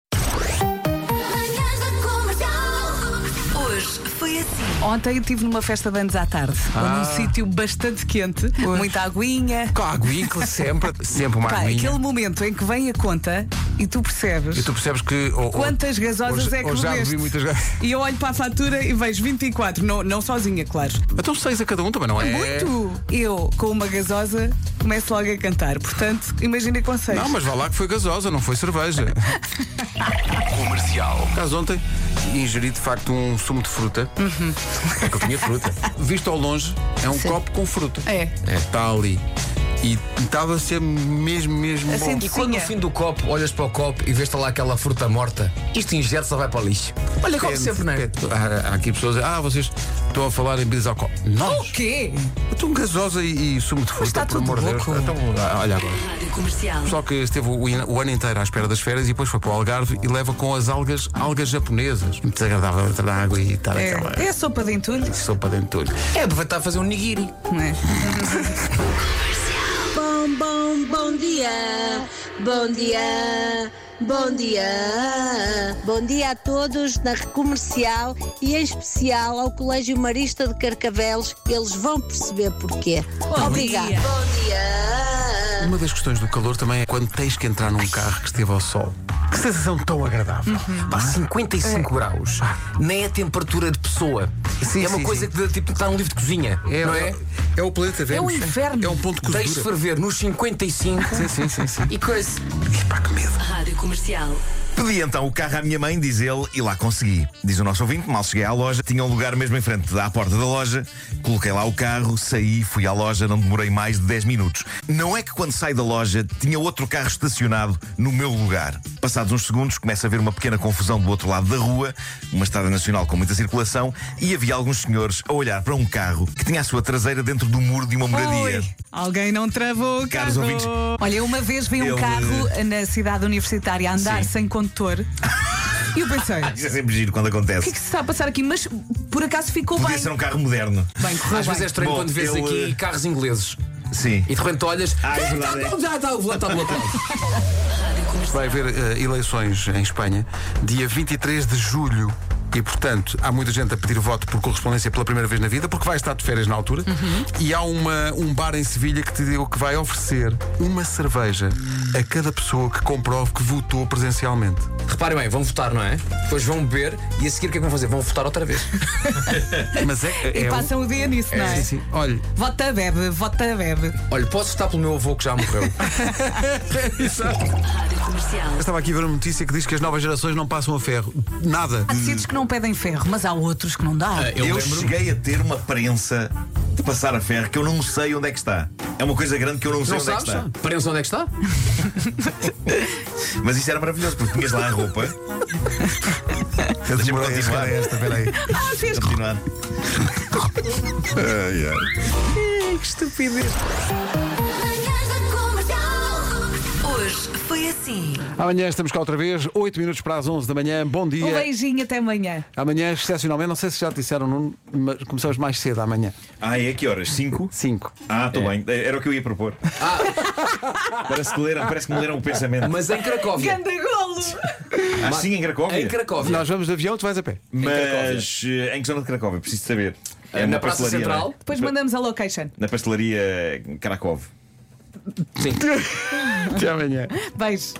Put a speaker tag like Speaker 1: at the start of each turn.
Speaker 1: assim.
Speaker 2: Ontem estive numa festa de anos à tarde,
Speaker 3: Ah.
Speaker 2: num sítio bastante quente, muita aguinha.
Speaker 3: Com a aguinha, que sempre, sempre uma
Speaker 2: Pá,
Speaker 3: aguinha.
Speaker 2: aquele momento em que vem a conta e tu percebes
Speaker 3: E tu percebes que. oh, oh,
Speaker 2: quantas gasosas
Speaker 3: hoje,
Speaker 2: é que
Speaker 3: hoje já
Speaker 2: bebeste.
Speaker 3: bebi muitas gasosas.
Speaker 2: E eu olho para a fatura e vejo 24, não, não sozinha, claro.
Speaker 3: Então seis a cada um também, não é?
Speaker 2: Muito! Eu, com uma gasosa, começo logo a cantar. Portanto, imagina com seis.
Speaker 3: Não, mas vá lá que foi gasosa, não foi cerveja.
Speaker 4: Comercial.
Speaker 3: Caso ontem, ingeri de facto um sumo de fruta.
Speaker 4: Uhum.
Speaker 3: É que eu tinha fruta. Visto ao longe, é um copo com fruta.
Speaker 2: É.
Speaker 3: Está ali. E estava a ser mesmo, mesmo
Speaker 2: Assim,
Speaker 3: bom.
Speaker 4: E quando no
Speaker 2: Sim, é.
Speaker 4: fim do copo olhas para o copo e vês lá aquela fruta morta, isto ingere só vai para o lixo. Olha, como
Speaker 3: Depende,
Speaker 4: sempre, não é?
Speaker 3: depende. Há, há aqui pessoas a dizer, ah, vocês estão a falar em bebidas alcoólicas.
Speaker 2: O
Speaker 3: Nós?
Speaker 2: quê?
Speaker 3: Então gasosa e, e sumo de fruta,
Speaker 2: está
Speaker 3: por
Speaker 2: tudo
Speaker 3: amor de Deus.
Speaker 2: louco.
Speaker 3: Então, ah, olha agora.
Speaker 1: Comercial.
Speaker 3: Pessoal que esteve o, o ano inteiro à espera das férias e depois foi para o Algarve e leva com as algas, algas japonesas. É Muito desagradável entrar na água e estar aquela
Speaker 2: É, é a sopa de entulho,
Speaker 3: sopa dentro de tudo.
Speaker 4: É aproveitar a fazer um nigiri.
Speaker 2: não é?
Speaker 5: Bom, bom, bom dia, bom dia, bom dia. Bom dia a todos na comercial e em especial ao Colégio Marista de Carcavelos. Eles vão perceber porquê. Obrigada.
Speaker 1: dia.
Speaker 5: Bom dia.
Speaker 3: Uma das questões do calor também é quando tens que entrar num carro que esteve ao sol. Que sensação tão agradável.
Speaker 4: Pá, 55 graus. Nem é temperatura de pessoa.
Speaker 3: Sim,
Speaker 4: é uma
Speaker 3: sim,
Speaker 4: coisa
Speaker 3: sim.
Speaker 4: que dá, tipo está num livro de cozinha. não é?
Speaker 3: é o planeta Vênus.
Speaker 2: inferno.
Speaker 3: É um ponto de cozura.
Speaker 4: Deixe ferver nos 55
Speaker 3: Sim, sim, sim, sim.
Speaker 4: e coisa.
Speaker 3: Pá, que medo.
Speaker 1: Rádio Comercial.
Speaker 6: Pedi então o carro à minha mãe, diz ele, e lá consegui. Diz o nosso ouvinte, mal cheguei à loja, tinha um lugar mesmo em frente da à porta da loja, coloquei lá o carro, saí, fui à loja, não demorei mais de 10 minutos. Não é que quando saio da loja tinha outro carro estacionado no meu lugar. Passados uns segundos começa a haver uma pequena confusão do outro lado da rua, uma estrada nacional com muita circulação, e havia alguns senhores a olhar para um carro que tinha a sua traseira dentro do muro de uma moradia.
Speaker 2: Oi, alguém não travou o
Speaker 6: Caros
Speaker 2: carro.
Speaker 6: ouvintes.
Speaker 2: Olha, eu uma vez vi um
Speaker 6: Ele-
Speaker 2: carro na cidade universitária a andar sem condutor e eu pensei, o
Speaker 6: Isso é sempre giro quando acontece.
Speaker 2: que é que se está a passar aqui? Mas por acaso ficou
Speaker 6: Podia
Speaker 2: bem.
Speaker 6: ser um carro moderno.
Speaker 2: Bem, correu
Speaker 4: Às vezes é
Speaker 2: bem.
Speaker 4: estranho
Speaker 6: Tá Bom,
Speaker 4: quando vês
Speaker 6: eu,
Speaker 4: aqui
Speaker 6: eh,
Speaker 4: carros ingleses
Speaker 6: Sim.
Speaker 4: e de repente olhas.
Speaker 6: Ah, é
Speaker 4: "Ah,
Speaker 6: verdade,
Speaker 4: tá, tá, tá, o volante está do outro lado."
Speaker 3: Vai haver eh, eleições em Espanha dia 23 de julho. E, portanto, há muita gente a pedir voto por correspondência pela primeira vez na vida, porque vai estar de férias na altura. E há uma, um bar em Sevilha que te deu que vai oferecer uma cerveja a cada pessoa que comprove que votou presencialmente.
Speaker 4: Reparem bem, vão votar, não é? Depois vão beber e a seguir o que é que vão fazer? Vão votar outra vez.
Speaker 3: Mas é, é,
Speaker 2: E
Speaker 3: um-
Speaker 2: passam o dia nisso, não é?
Speaker 3: Sim, sim. Olha,
Speaker 2: Vota bebe, vota bebe.
Speaker 4: Olha, posso votar pelo meu avô que já morreu.
Speaker 1: Rádio Comercial.
Speaker 3: eu estava aqui a ver uma notícia que diz que as novas gerações não passam a ferro. Nada.
Speaker 2: Há sítios que não pedem ferro, mas há outros que não dá.
Speaker 6: Eu, cheguei a ter uma prensa de passar a ferro que eu não sei onde é que está. É uma coisa grande que eu não sei
Speaker 4: Não
Speaker 6: onde
Speaker 4: sabes?
Speaker 6: é que está.
Speaker 4: Parem-se onde é que está?
Speaker 6: Mas isso era maravilhoso, porque tinhas lá a roupa. Deixa-me continuar.
Speaker 3: esta, peraí.
Speaker 2: Ah, fez
Speaker 6: continuar. Ai, ai.
Speaker 2: que estupidez.
Speaker 7: Manhãs da Comercial.
Speaker 1: Hoje foi assim.
Speaker 3: Amanhã estamos cá outra vez, 8 minutos para as 11 da manhã. Bom dia.
Speaker 2: Um beijinho até amanhã.
Speaker 3: Amanhã, é excepcionalmente, não sei se já te disseram, Nuno, mas começamos mais cedo amanhã.
Speaker 6: Ah, é que horas? 5?
Speaker 3: 5.
Speaker 6: Ah, estou
Speaker 3: É.
Speaker 6: bem. Era o que eu ia propor. Parece, que leram, parece que me leram o pensamento.
Speaker 4: Ah. Mas em Cracóvia.
Speaker 2: Ganda golo!
Speaker 6: Às 5 em Cracóvia?
Speaker 4: Em Cracóvia.
Speaker 3: Nós vamos de avião, tu vais a pé.
Speaker 6: Mas eh, em que zona de Cracóvia? Preciso saber.
Speaker 4: Eh, na
Speaker 6: numa
Speaker 4: Praça
Speaker 6: pastelaria,
Speaker 4: Central?
Speaker 6: não é?
Speaker 2: Depois mandamos a location.
Speaker 6: Na pastelaria Cracov.
Speaker 3: Até amanhã.
Speaker 2: Beijo.